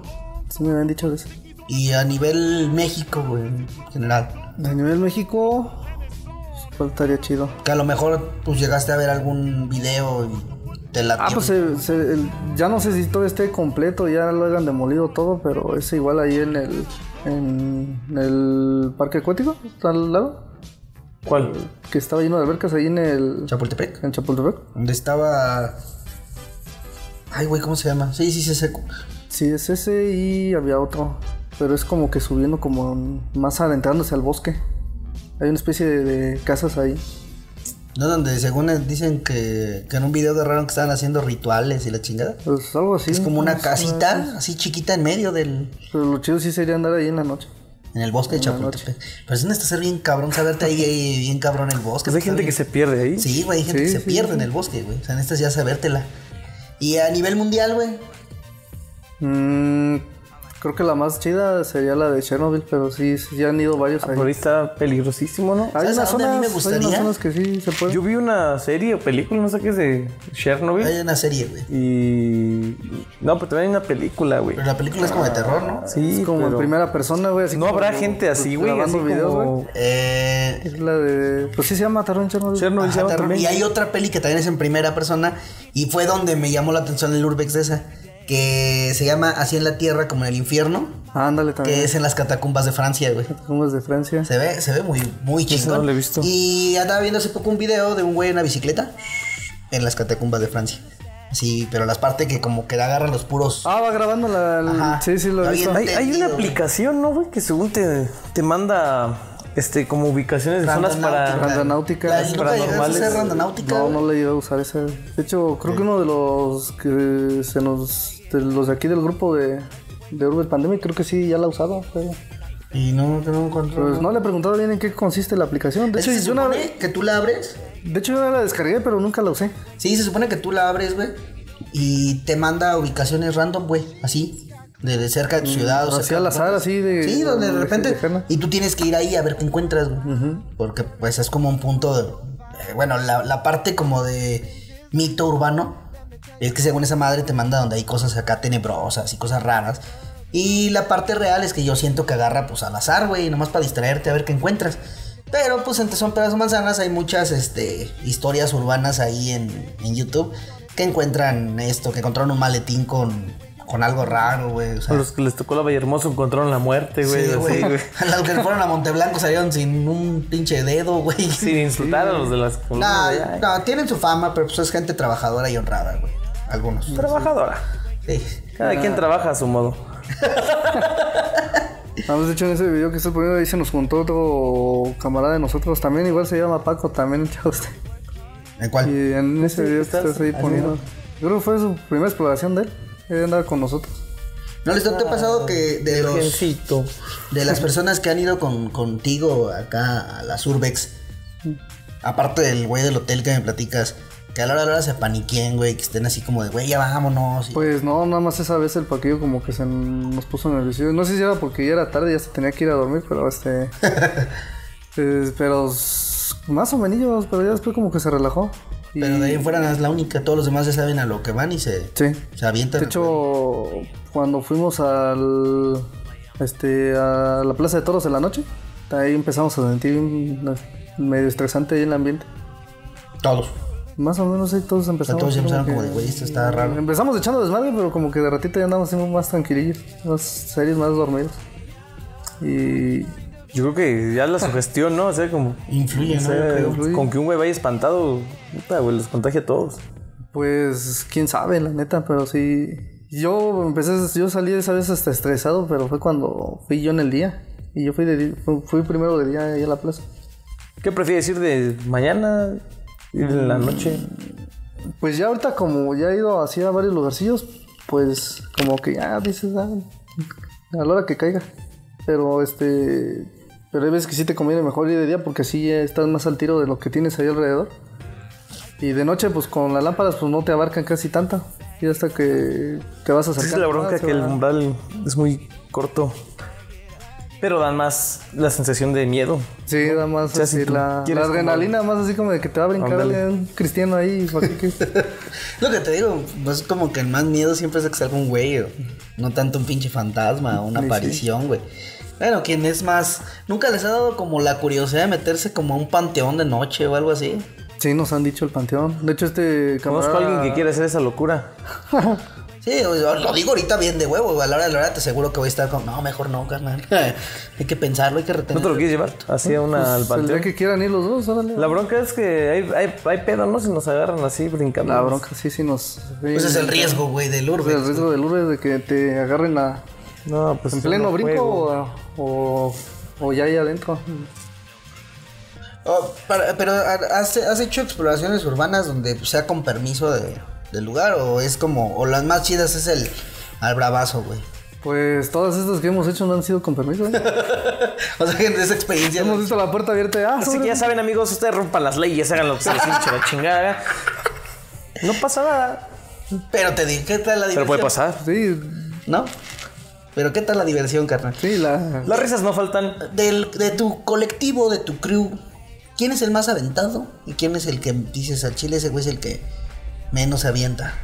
E: Sí me habían dicho de eso.
C: Y a nivel México, güey, en general.
E: A nivel México, pues, ¿cuál estaría chido?
C: Que a lo mejor pues llegaste a ver algún video y te la
E: Ah, pues se- se- el- ya no sé si todo esté completo, ya lo hayan demolido todo, pero es igual ahí en el, en el parque acuático, está al lado,
D: ¿Cuál?
E: que estaba lleno de albercas ahí en el
C: Chapultepec.
E: en Chapultepec.
C: Donde estaba. Ay, güey, ¿cómo se llama? Sí, sí, sí, seco.
E: Sí, es ese y había otro, pero es como que subiendo como en- más adentrándose al bosque. Hay una especie de, de casas ahí.
C: No, donde según es- dicen que, que en un video agarraron que estaban haciendo rituales y la chingada.
E: Pues algo así.
C: Es como una
E: pues,
C: casita así chiquita en medio del
E: Pero lo chido sí sería andar ahí en la noche.
C: en el bosque de Chapultepec. Pero es necesita ser bien cabrón, saberte ahí, ahí bien cabrón el bosque.
D: Pues hay gente que se pierde ahí.
C: Sí, güey, hay gente que
E: Sí,
C: se
E: sí,
C: pierde
E: sí.
C: en el bosque, güey. O sea, necesitas ya sabértela. Y a nivel mundial, güey.
E: Mm, creo que la más chida sería la de Chernobyl, pero sí, sí, ya han ido varios
D: Ah,
E: ahí.
D: Pero ahí está peligrosísimo, ¿no?
E: Hay
C: ¿Sabes a
E: unas,
C: dónde a
E: zonas,
C: mí me
E: hay unas
C: gustaría?
E: zonas que sí se pueden.
D: Yo vi una serie o película, no sé qué es de
C: Hay
D: Chernobyl.
C: una serie, güey.
D: Y. No, pero también hay una película, güey.
C: Pero la película es como de terror, ¿no?
D: Sí,
E: Es como
D: pero-
E: en primera persona, güey. así
D: No habrá
E: como-
D: gente así, güey.
E: Grabando
D: así
E: videos,
D: como-
E: güey.
C: Eh,
E: Es la de. Pues sí se llama Tarón Chernobyl.
D: Chernobyl se
C: ajá,
D: llama
C: terror.
D: también.
C: y hay otra peli que también es en primera persona. Y fue donde me llamó la atención el Urbex de esa. Que se llama Así en la Tierra como en el Infierno.
E: Ah, ándale
C: Que
E: también.
C: es en las catacumbas de Francia, güey.
E: Como es de Francia.
C: Se ve, se ve muy, muy chingón.
D: no lo he visto.
C: Y andaba viendo hace poco un video de un güey en una bicicleta en las catacumbas de Francia. Sí, pero las partes que como que agarran los puros.
E: Ah, va grabando la. el-
C: Ajá.
E: Sí, sí, lo
C: Está
E: he visto.
C: bien.
D: Hay, hay una
C: Entendido, güey.
D: aplicación, ¿no, güey? Que según te, te manda este, como ubicaciones de zonas para.
C: Randonáutica.
E: Randonáutica,
C: La- ¿nunca llegaste a
D: paranormales.
C: hacer randonáutica?
E: No, no le iba a usar esa. De hecho, creo que uno de los que se nos. de los de aquí del grupo de. De Urban Pandemic, creo que sí, ya la usaba. pero-
C: Y no, que no encuentro.
E: Pues no le he preguntado bien en qué consiste la aplicación. De
C: Es
E: hecho,
C: que se
E: yo una,
C: supone que tú la abres.
E: de hecho, yo la descargué, pero nunca la usé.
C: Sí, se supone que tú la abres, güey. Y te manda ubicaciones random, güey. Así. De, de cerca de tu ciudad. O
E: Mm, así
C: cerca
E: al
C: de-
E: azar, así de-
C: Sí, donde de
E: de-
C: repente.
E: lejana.
C: Y tú tienes que ir ahí a ver qué encuentras, güey. Porque, pues, es como un punto de. eh, bueno, la, la parte como de mito urbano. Es que según esa madre te manda donde hay cosas acá tenebrosas y cosas raras. Y la parte real es que yo siento que agarra pues al azar, güey, nomás para distraerte a ver qué encuentras. Pero pues entre son peras o manzanas hay muchas este, historias urbanas ahí en, en YouTube que encuentran esto, que encontraron un maletín con, con algo raro, güey. O
D: A
C: sea,
D: los que les tocó la Vallehermoso encontraron la muerte, güey.
C: sí,
D: así,
C: güey.
D: güey.
C: A los que fueron a Monteblanco salieron sin un pinche dedo, güey.
D: Sin insultar a los de las columnas
C: No,
D: de allá, ¿eh?
C: no, tienen su fama, pero pues es gente trabajadora y honrada, güey. Algunos.
D: Trabajadora.
C: Sí.
D: Cada quien trabaja a su modo.
E: Vamos, de hecho, en ese video que estoy poniendo ahí se nos juntó otro camarada de nosotros también. Igual se llama Paco también, chavos.
C: ¿En cuál?
E: Y en ese video que
D: estás
E: estás ahí poniendo. Yo creo que fue su primera exploración de él. Él andaba con nosotros.
C: ¿No les ha pasado que de los
D: Virgencito.
C: de las personas que han ido con, contigo acá a las Urbex,
E: Mm.
C: aparte del güey del hotel que me platicas, que a la hora de la hora se paniquen, güey, que estén así como de, güey, ya vámonos. y-
E: Pues no, nada más esa vez el Paquillo como que se nos puso nervioso. No sé si era porque ya era tarde, ya se tenía que ir a dormir, pero este. eh, pero s- más o menos, pero ya después como que se relajó. Y-
C: Pero de ahí en fuera no es la única, todos los demás ya saben a lo que van y se,
E: Sí.
C: se avientan.
E: De hecho, cuando fuimos al. Este, a la Plaza de Toros en la noche, ahí empezamos a sentir un- medio estresante ahí el ambiente.
C: Todos.
E: Más o menos ahí todos empezamos.
C: todos
E: así
C: empezaron como
E: que-
C: de, "Güey, esto está raro".
E: Empezamos echando desmadre, pero como que de ratito ya andamos así más tranquilillos, más serios, más dormidos. Y
D: Yo creo que ya la sugestión, ¿no? O sea, como.
G: Influye,
D: o
G: ¿no?
D: sea,
G: Yo creo.
E: influye.
D: con que un güey vaya espantado, puta, güey, los contagia a todos.
E: Pues quién sabe, la neta, pero sí. Yo empecé, yo salí esa vez hasta estresado, pero fue cuando fui yo en el día. Y yo fui, de, di- fu- fui primero de día ahí a la plaza.
D: ¿Qué prefieres ir de mañana? Ir en la noche.
E: Mm, Pues ya ahorita como ya he ido así a varios lugarcillos, pues como que ya dices, ah, a la hora que caiga. Pero este, pero hay veces que sí te conviene mejor ir de día porque sí eh, estás más al tiro de lo que tienes ahí alrededor. Y de noche pues con las lámparas pues no te abarcan casi tanta. Y hasta que te vas a
D: Esa
E: acercar.
D: es la bronca
E: más,
D: que el
E: ¿verdad?
D: umbral es muy corto. Pero dan más la sensación de miedo.
E: Sí, da más
D: sea,
E: así
D: si tú
E: la,
D: quieres
E: la
D: como-
E: adrenalina, más así como de que te va a brincar
D: Ándale.
E: alguien, un cristiano ahí. ¿para qué quieres?
C: Lo que te digo, pues como que el más miedo siempre es de que salga un güey, o no tanto un pinche fantasma o una aparición, güey. Bueno, quien es más, nunca les ha dado como la curiosidad de meterse como a un panteón de noche o algo así.
E: sí, nos han dicho el panteón. De hecho, este camarada...
D: Conozco a alguien que quiere hacer esa locura.
C: Sí, o sea, lo digo ahorita bien de huevo, güey. A la hora de la hora te aseguro que voy a estar como, no, mejor no, carnal. hay que pensarlo, hay que
D: ¿No
C: retener.
D: te lo quieres llevar? Así a una al
E: Pues, el día
D: panteón.
E: que quieran ir los dos, órale.
D: La bronca es que hay, hay, hay pedo, ¿no? Si nos agarran así brincando.
E: La bronca sí, sí nos...
C: Pues es el riesgo, güey, del
E: Ese es el
C: urbe.
E: riesgo del urbe de que te agarren la,
D: No, pues.
E: en pleno
D: no
E: brinco
D: juego.
E: o, o, o ya ahí adentro.
C: Oh, para- pero ¿ha- ¿has, has hecho exploraciones urbanas donde pues, sea con permiso de- del lugar o es como, o las más chidas es el al bravazo, güey.
E: Pues todas estas que hemos hecho no han sido con permiso. ¿eh?
C: O sea, gente, esa experiencia.
E: hemos visto la puerta abierta. y, Ah,
D: Así que
E: sobre-
D: ya saben, amigos, ustedes rompan las leyes, hagan lo que se les hinche la chingada. No pasa nada.
C: Pero te digo, ¿qué tal la diversión?
D: Pero puede pasar.
E: Sí,
C: ¿No? Pero ¿qué tal la diversión, carnal?
E: sí, la...
D: Las risas no faltan.
C: Del, de tu colectivo, de tu crew, ¿quién es el más aventado? ¿Y quién es el que dices al chile ese güey es el que menos se avienta?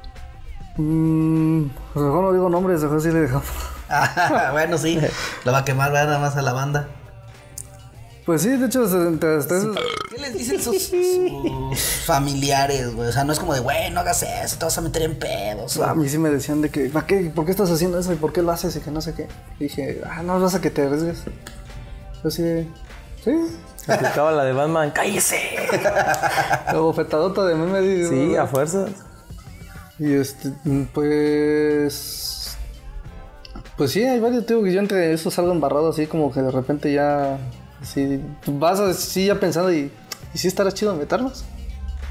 E: Mm, pues mejor no digo nombres, mejor sí le dejamos.
C: Ah, bueno, sí. Lo va a quemar ¿verdad? nada más a la banda.
E: Pues sí, de hecho, se- entre hasta esos-
C: ¿Qué les dicen sus, sus familiares, güey? O sea, no es como de, güey, no hagas eso, te vas a meter en pedos.
E: a mí sí me decían de que, "¿Pa qué? ¿por qué estás haciendo eso? ¿Y por qué lo haces? Y que no sé qué. Y dije, ah, no vas a que te arriesgues. Yo así de, sí.
D: Aplicaba la de Batman. ¡Cállese!
E: La bofetadota de meme. digo,
D: Sí, a fuerza.
E: Y este, pues. Pues sí, hay varios, tío, que yo entre esos salgo embarrado así, como que de repente ya. Sí, vas así ya pensando y. ¿Y si estará chido meternos?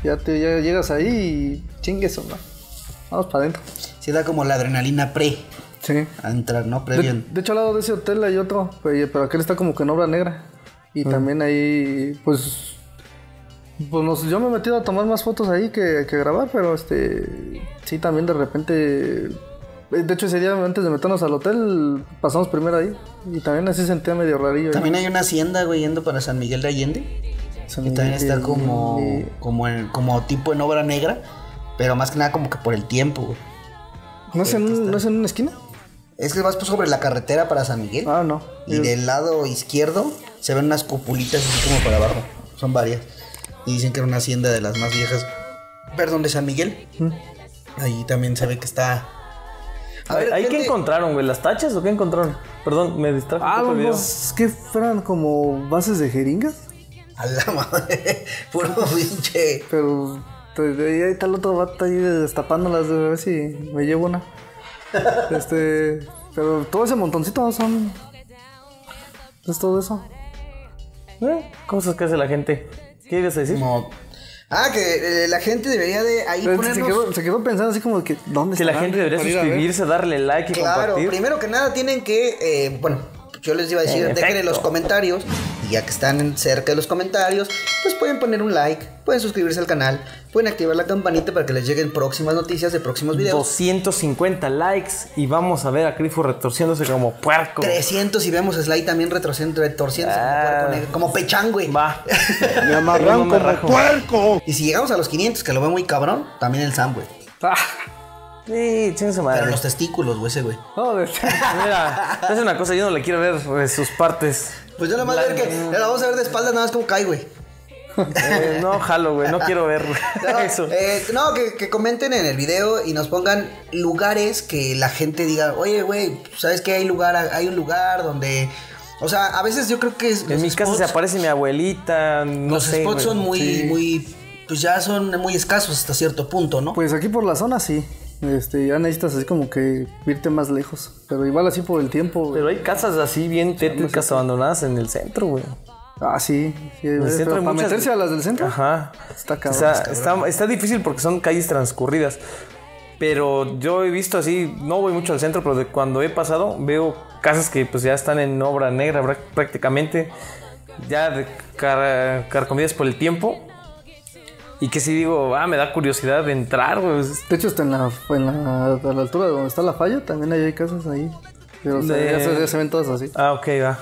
E: Ya, te, ya llegas ahí y chingues, ¿no? Vamos para adentro.
C: Sí da como la adrenalina pre
E: Sí.
C: a entrar, ¿no?
E: De,
C: Previo.
E: de hecho, al lado de ese hotel hay otro, pe- pero aquel está como que en obra negra.
C: Mm.
E: Y también ahí, pues. Pues nos- yo me he metido a tomar más fotos ahí que, que grabar, pero este. Sí, también de repente. eh, De hecho, ese día antes de meternos al hotel, pasamos primero ahí. Y también así sentía medio rarillo. ahí.
C: También hay una hacienda, güey, yendo para San Miguel de Allende.
E: Se
C: Que
E: me-
C: también está
E: eh,
C: como,
E: eh,
C: como, en- como tipo en obra negra, pero más que nada como que por el tiempo. güey.
E: ¿No es, en un- ¿No es en una esquina?
C: Es que vas pues, sobre la carretera para San Miguel
E: Ah, no.
C: y del lado izquierdo se ven unas cupulitas así como para abajo. Son varias. Y dicen que era una hacienda de las más viejas. Perdón, de San Miguel. Ahí también se ve que está... A ver,
D: ¿Ahí qué
C: gente,
D: encontraron, güey? ¿Las tachas o qué encontraron? Perdón, me distrajo
E: Ah,
D: un poco el video.
E: pues, ¿qué fueran como bases de jeringas?
C: A la madre. Puro pinche...
E: Pero pues, de ahí ahí está el otro vato ahí destapándolas, a ver si me llevo una. este, pero todo ese montoncito son. Es todo eso.
D: Eh, Cosas que hace la gente. ¿Qué ibas a decir?
C: Como... Ah, que eh, la gente debería de ahí
E: Pero
C: ponernos...
E: Se quedó, se quedó pensando así como que, ¿dónde
D: Que la
E: estarán?
D: gente debería
E: Para ir a ver.
D: suscribirse, darle like y
C: Claro,
D: compartir.
C: primero que nada tienen que, eh, bueno, yo les iba a decir,
D: En
C: dejen en
D: efecto.
C: los comentarios, y ya que están en- cerca de los comentarios, pues pueden poner un like, pueden suscribirse al canal, pueden activar la campanita para que les lleguen próximas noticias de próximos videos.
D: 250 likes y vamos a ver a Crifo retorciéndose como puerco.
C: 300 y vemos a Sly también retrocediendo, retorciéndose como
D: Ah.
C: puerco negro, como, pechangüe.
D: Va.
E: Me
D: Yo no
E: amarran
D: me
E: como
D: rajo.
C: Y si llegamos a los 500, que lo ve muy cabrón, también el Sam, güey.
D: Ah. Sí, chingue su
C: Pero
D: madre.
C: los testículos, güey, ese güey.
E: Joder.
D: Mira, es una cosa, yo no le quiero ver eh, sus partes.
C: Pues yo nomás ver que la vamos a ver de espaldas, nada más como cae, güey.
D: Eh, no, jalo, güey, no quiero ver
C: No,
D: eso.
C: eh, no, que, que comenten en el video y nos pongan lugares que la gente diga, oye, güey, ¿sabes qué? Hay, lugar, hay un lugar donde... O sea, a veces yo creo que es-
D: En
C: los
D: mi casa
C: spots-
D: se aparece mi abuelita, no
C: los
D: sé.
C: spots
D: güey.
C: son muy,
D: Sí.
C: muy, pues ya son muy escasos hasta cierto punto, ¿no?
E: Pues aquí por la zona sí. Este, ya necesitas así como que irte más lejos. Pero igual así por el tiempo. güey.
D: Pero hay casas así bien tétricas abandonadas en el centro, güey.
E: Ah, sí. sí,
D: En el
E: güey,
D: centro
E: pero
D: hay
E: para
D: muchas-
E: meterse a las del centro.
D: Ajá.
E: Está cabrón,
D: Está,
C: pues,
E: está
D: está- está difícil porque son calles transcurridas. Pero yo he visto así, no voy mucho al centro, pero de cuando he pasado veo casas que pues ya están en obra negra prá- prácticamente, ya de car- carcomidas por el tiempo. Y que si digo, ah, me da curiosidad de entrar, güey. Es-
E: De hecho, está en la, en la, a la altura de donde está la falla. También ahí hay casas ahí. Pero o sea,
D: De-
E: ya, se, ya se ven todas así.
D: Ah, ok, va.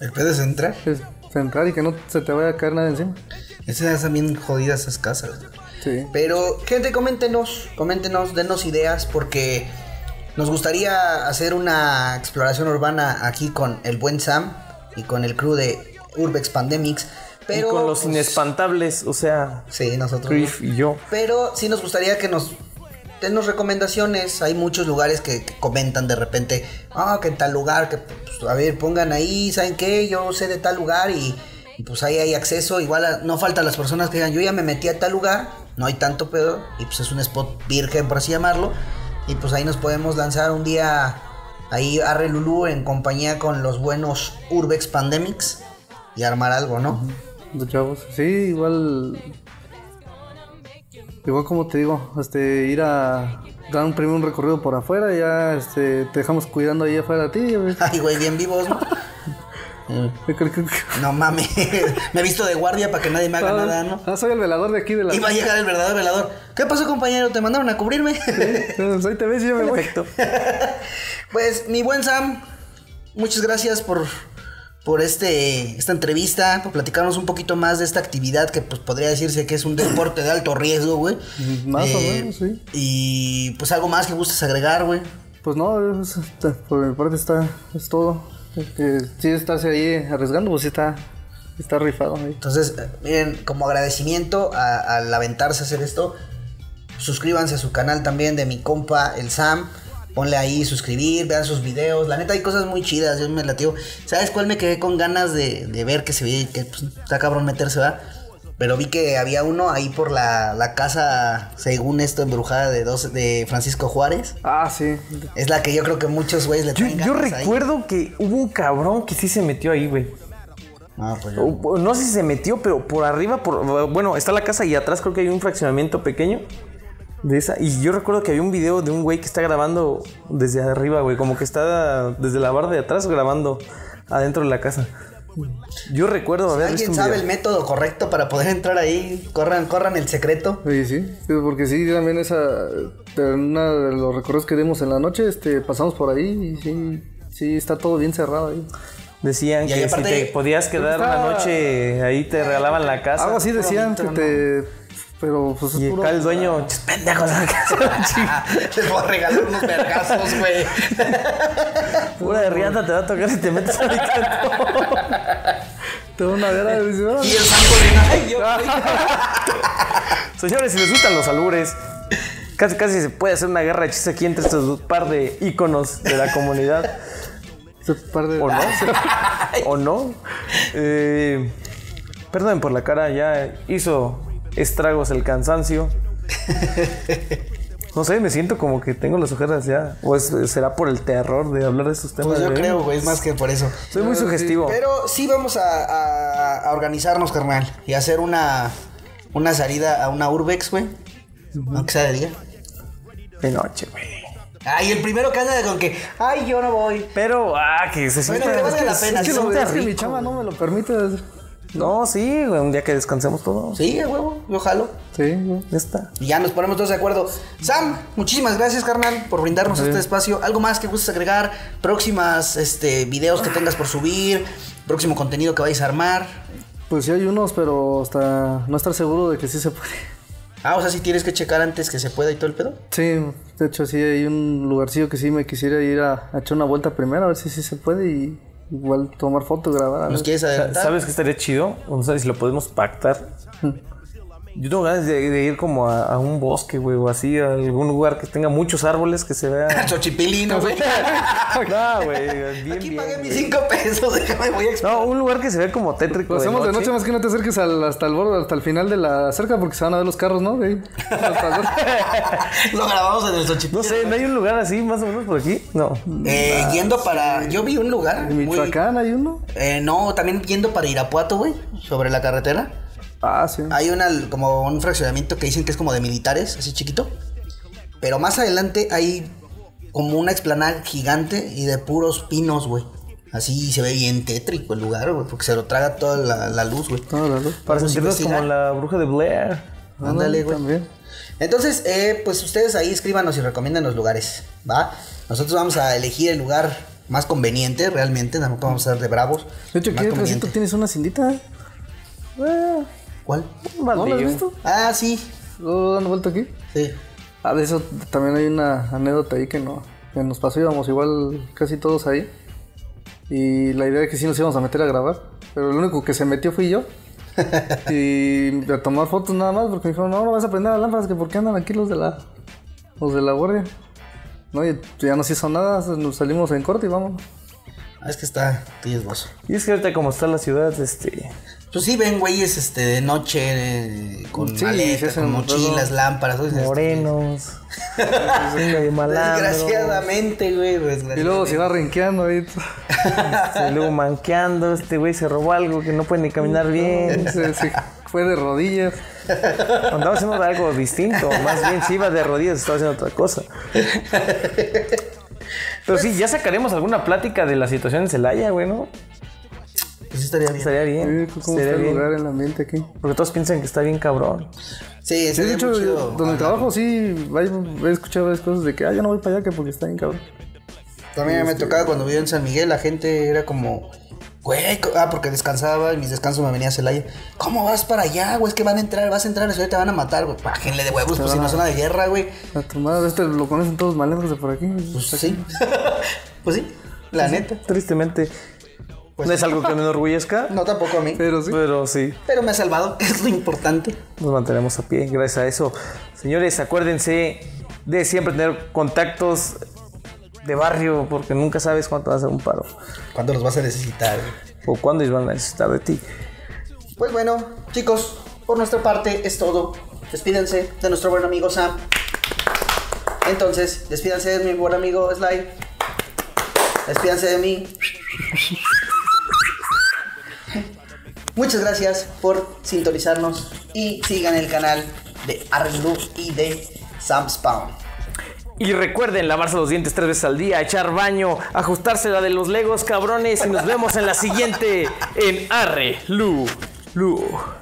C: El pedo es entrar.
E: Es entrar y que no se te vaya a caer nada encima.
C: Esas están bien jodidas esas casas. güey.
E: Sí.
C: Pero, gente, coméntenos, coméntenos, denos ideas, porque nos gustaría hacer una exploración urbana aquí con el buen Sam y con el crew de Urbex Pandemics. Pero,
D: y con los
C: pues,
D: inespantables, o sea,
C: Sí, nosotros.
D: Griff y yo.
C: Pero sí nos gustaría que nos denos recomendaciones. Hay muchos lugares que, que comentan de repente, ah, que en tal lugar, que pues, a ver, pongan ahí, ¿saben qué? Yo sé de tal lugar y, y, pues ahí hay acceso. Igual a- no faltan las personas que digan, yo ya me metí a tal lugar, no hay tanto pedo, y pues es un spot virgen, por así llamarlo. Y pues ahí nos podemos lanzar un día ahí a Relulú en compañía con los buenos Urbex Pandemics y armar algo, ¿no?
E: Los chavos. Sí, igual. Igual como te digo, este, ir a dar un primer recorrido por afuera, ya este, te dejamos cuidando ahí afuera a ti. güey.
C: Ay, güey, bien vivos, ¿no?
E: Yo creo que-
C: Ah. No mames, me he visto de guardia para que nadie me haga nada, ¿no?
E: Ah, soy el velador de aquí de la.
C: Y va a llegar el verdadero velador. ¿Qué pasó, compañero? ¿Te mandaron a cubrirme?
E: Pues ahí te ves y yo me voy.
D: Perfecto.
C: pues, mi buen Sam, muchas gracias por, por este, esta entrevista, por platicarnos un poquito más de esta actividad que pues, podría decirse que es un deporte de alto riesgo, güey. Eh,
E: Más o menos, sí.
C: Y pues algo más que gustes agregar, güey.
E: Pues no, es- está- por mi parte está, es todo. Este, sí, estarse ahí arriesgando, pues sí está, está rifado ahí.
C: Entonces, eh, miren, como agradecimiento a- al aventarse a hacer esto, suscríbanse a su canal también de mi compa, el Sam. Ponle ahí suscribir, vean sus videos. La neta, hay cosas muy chidas. Yo me latió. ¿Sabes cuál me quedé con ganas de, de ver que se ve? Que pues, está cabrón meterse, va. Pero vi que había uno ahí por la, la casa, según esto, embrujada de, dos, de Francisco Juárez.
E: Ah, sí.
C: Es la que yo creo que muchos güeyes le
D: Yo, yo
C: traen ganas pues, ahí.
D: recuerdo que hubo un cabrón que sí se metió ahí, güey.
C: No, pues yo-
D: O- o No sé si se metió, pero por arriba, por, bueno, está la casa y atrás creo que hay un fraccionamiento pequeño de esa. Y yo recuerdo que había un video de un güey que está grabando desde arriba, güey, como que está desde la barra de atrás grabando adentro de la casa. Yo recuerdo haber visto
C: ¿Alguien
D: un
C: sabe el
D: video.
C: método correcto para poder entrar ahí? Corran, corran el secreto.
E: Sí, sí, sí, porque sí, también esa, en una de los recorridos que dimos en la noche, este, pasamos por ahí y sí, sí, está todo bien cerrado ahí.
D: Decían
C: Y
D: que
C: ahí
D: si
C: aparte-
D: te podías quedar la noche ahí te regalaban la
C: Ah,
D: casa.
E: Algo así decían que
D: bonito,
E: te, pero pues es
D: Y
E: puro-
D: acá el dueño, "Chis, pendejos, la casa,
C: Les voy a regalar unos vergazos, güey.
D: pura de riata te va a tocar y te metes a mi canto".
E: Te van a ver, a ver, dice, "Ah,
C: Y el Sam Colina.
D: Ah, Señores, si les gustan los albures, casi casi se puede hacer una guerra de chistes aquí entre estos dos par de íconos de la comunidad,
E: este par de-
D: ¿o no? ¿O no? Eh, perdón por la cara, ya hizo estragos el cansancio. No sé, me siento como que tengo las ojeras ya. ¿O es- será por el terror de hablar de estos temas?
C: Pues yo
D: güey?
C: creo, güey, es más que por eso.
D: Soy muy sugestivo.
C: Pero sí vamos a, a- a organizarnos, carnal. Y hacer una, una salida a una Urbex, güey. Aunque sea de día.
D: De noche, güey.
C: Ay, el primero que anda con que, ay, yo no voy.
D: Pero, ah, que se
C: Bueno,
D: sienta...
C: que valga la
D: es
C: pena.
E: Es que,
C: sí,
E: lo-
C: está
E: es que mi
C: rico,
E: chama
C: güey.
E: no me lo permite.
D: No, sí, güey, un día que descansemos todos.
C: Sí, a huevo, yo jalo.
E: Sí, güey.
D: Ya está.
C: Y ya nos ponemos todos de acuerdo. Sam, muchísimas gracias, carnal, por brindarnos este espacio. ¿Algo más que gustes agregar? Próximas este, videos que tengas por subir, próximo contenido que vayas a armar.
E: Pues sí hay unos, pero hasta no estar seguro de que sí se puede.
C: Ah, o sea, si tienes que checar antes que se pueda y todo el pedo.
E: Sí, de hecho sí hay un lugarcillo que sí me quisiera ir a, a echar una vuelta primero, a ver si sí se puede y igual tomar foto, grabar. a ver.
C: ¿Nos quieres
D: Sa-
C: adelantar? Hmm.
D: ¿Sabes qué estaría chido? Vamos a ver si lo podemos pactar. Yo tengo ganas de, de ir como a, a un bosque, güey, o así, a algún lugar que tenga muchos árboles que se vea.
C: Xochipilino, güey.
D: no, güey, bien,
C: Aquí
D: bien,
C: pagué mis
D: güey.
C: cinco pesos, déjame, voy a explorar.
D: No, un lugar que se vea como tétrico.
E: Lo hacemos de noche, más que no te acerques al- hasta el borde, hasta el final de la cerca, porque se van a ver los carros, ¿no? De ahí.
C: Lo grabamos en el
D: No
C: Xochipilino.
D: sé, Ah, ¿no hay un lugar así más o menos por aquí? No.
C: Eh, yendo para. Yo vi un lugar.
E: En
C: muy-
E: Michoacán hay uno.
C: eh, no, también yendo para Irapuato, güey. Sobre la carretera.
E: Ah, sí.
C: Hay una, como un fraccionamiento que dicen que es como de militares, así chiquito. Pero más adelante hay como una explanada gigante y de puros pinos, güey. Así se ve bien tétrico el lugar, güey, porque se lo traga toda la, la luz, güey.
E: No, no, no.
D: Para
C: Vamos a
D: sentirnos como
C: Pues investigar.
D: la bruja de Blair.
C: Ah, Ándale, güey.
E: Ah, También.
C: Entonces, eh, pues ustedes ahí escríbanos y recomiendan los lugares, ¿va? Nosotros vamos a elegir el lugar más conveniente, realmente, tampoco vamos a ser de bravos.
E: De hecho,
C: Más
E: aquí en el
C: conveniente.
E: tracito tienes una cindita. Eh,
C: ¿Cuál?
E: ¿No la has
D: Baldío.
E: visto?
C: Ah, sí,
E: Luego dando vuelta aquí.
C: sí.
E: Ah, de eso también hay una anécdota ahí que, no, que nos pasó, íbamos igual casi todos ahí. Y la idea es que sí nos íbamos a meter a grabar, pero el único que se metió fui yo. y a tomar fotos nada más, porque me dijeron, no, no vas a prender las lámparas, que por qué andan aquí los de la, los de la guardia. No, y ya no se hizo nada, nos salimos en corte y vamos.
C: Ah, es que está riesgoso.
D: Y es que ahorita como está la ciudad, este...
C: Pues sí, ven güeyes este, de noche, eh, con
E: Sí, se
C: maletas,
E: hacen
C: con
E: un pedo.
C: mochilas, lámparas. este, ¿no?
D: Morenos. medio malandros,
C: Desgraciadamente, güey, desgraciadamente.
E: Y luego se va renqueando ahí.
D: este, luego manqueando, este güey se robó algo que no puede ni caminar bien.
E: se, se fue de rodillas.
D: Andaba haciendo algo distinto, más bien si iba de rodillas, estaba haciendo otra cosa. Pero sí, ya sacaremos alguna plática de la situación en Celaya, güey, ¿no?
C: Pues estaría bien.
D: Estaría
E: Eh,
D: bien.
E: ¿Cómo
D: estaría
E: está el
D: bien.
E: lugar en el ambiente aquí?
D: Porque todos piensan que está bien cabrón.
C: Sí,
E: Sí, de
C: estaría
E: hecho,
C: muy
E: yo-
C: chido.
E: donde trabajo sí hay- he escuchado varias cosas de que, ah, yo no voy para allá que porque está bien cabrón.
C: También me tocaba cuando vivía en San Miguel, la gente era como, güey, co- ah, porque descansaba, en mis descansos me venía a Celaya. ¿Cómo vas para allá, güey? Es que van a entrar, vas a entrar, eso ya te van a matar, güey. Pájenle de huevos, pues si no zona de guerra, güey.
E: La tomada de este lo conocen todos malandros de por aquí.
C: Pues sí. pues sí, la neta.
D: Tristemente.
C: Pues
D: no es algo que me enorgullezca,
C: No tampoco a mí.
E: Pero sí.
D: pero sí,
C: Pero me ha salvado, es lo importante.
D: nos mantenemos a pie gracias a eso. Señores, acuérdense de siempre tener contactos de barrio, porque nunca sabes cuánto va a ser un paro
C: ¿Cuándo los vas a necesitar? güey?
D: o cuándo van a necesitar de ti.
C: Pues bueno, chicos, por nuestra parte es todo. Despídense de nuestro buen amigo Sam. Entonces, despídanse de mi buen amigo Sly. Despídanse de mí. Muchas gracias por sintonizarnos y sigan el canal de Arlu y de Sam Spawn.
D: Y recuerden lavarse los dientes tres veces al día, echar baño, ajustarse la de los legos, cabrones. Y nos vemos en la siguiente en Arre Lu Lu.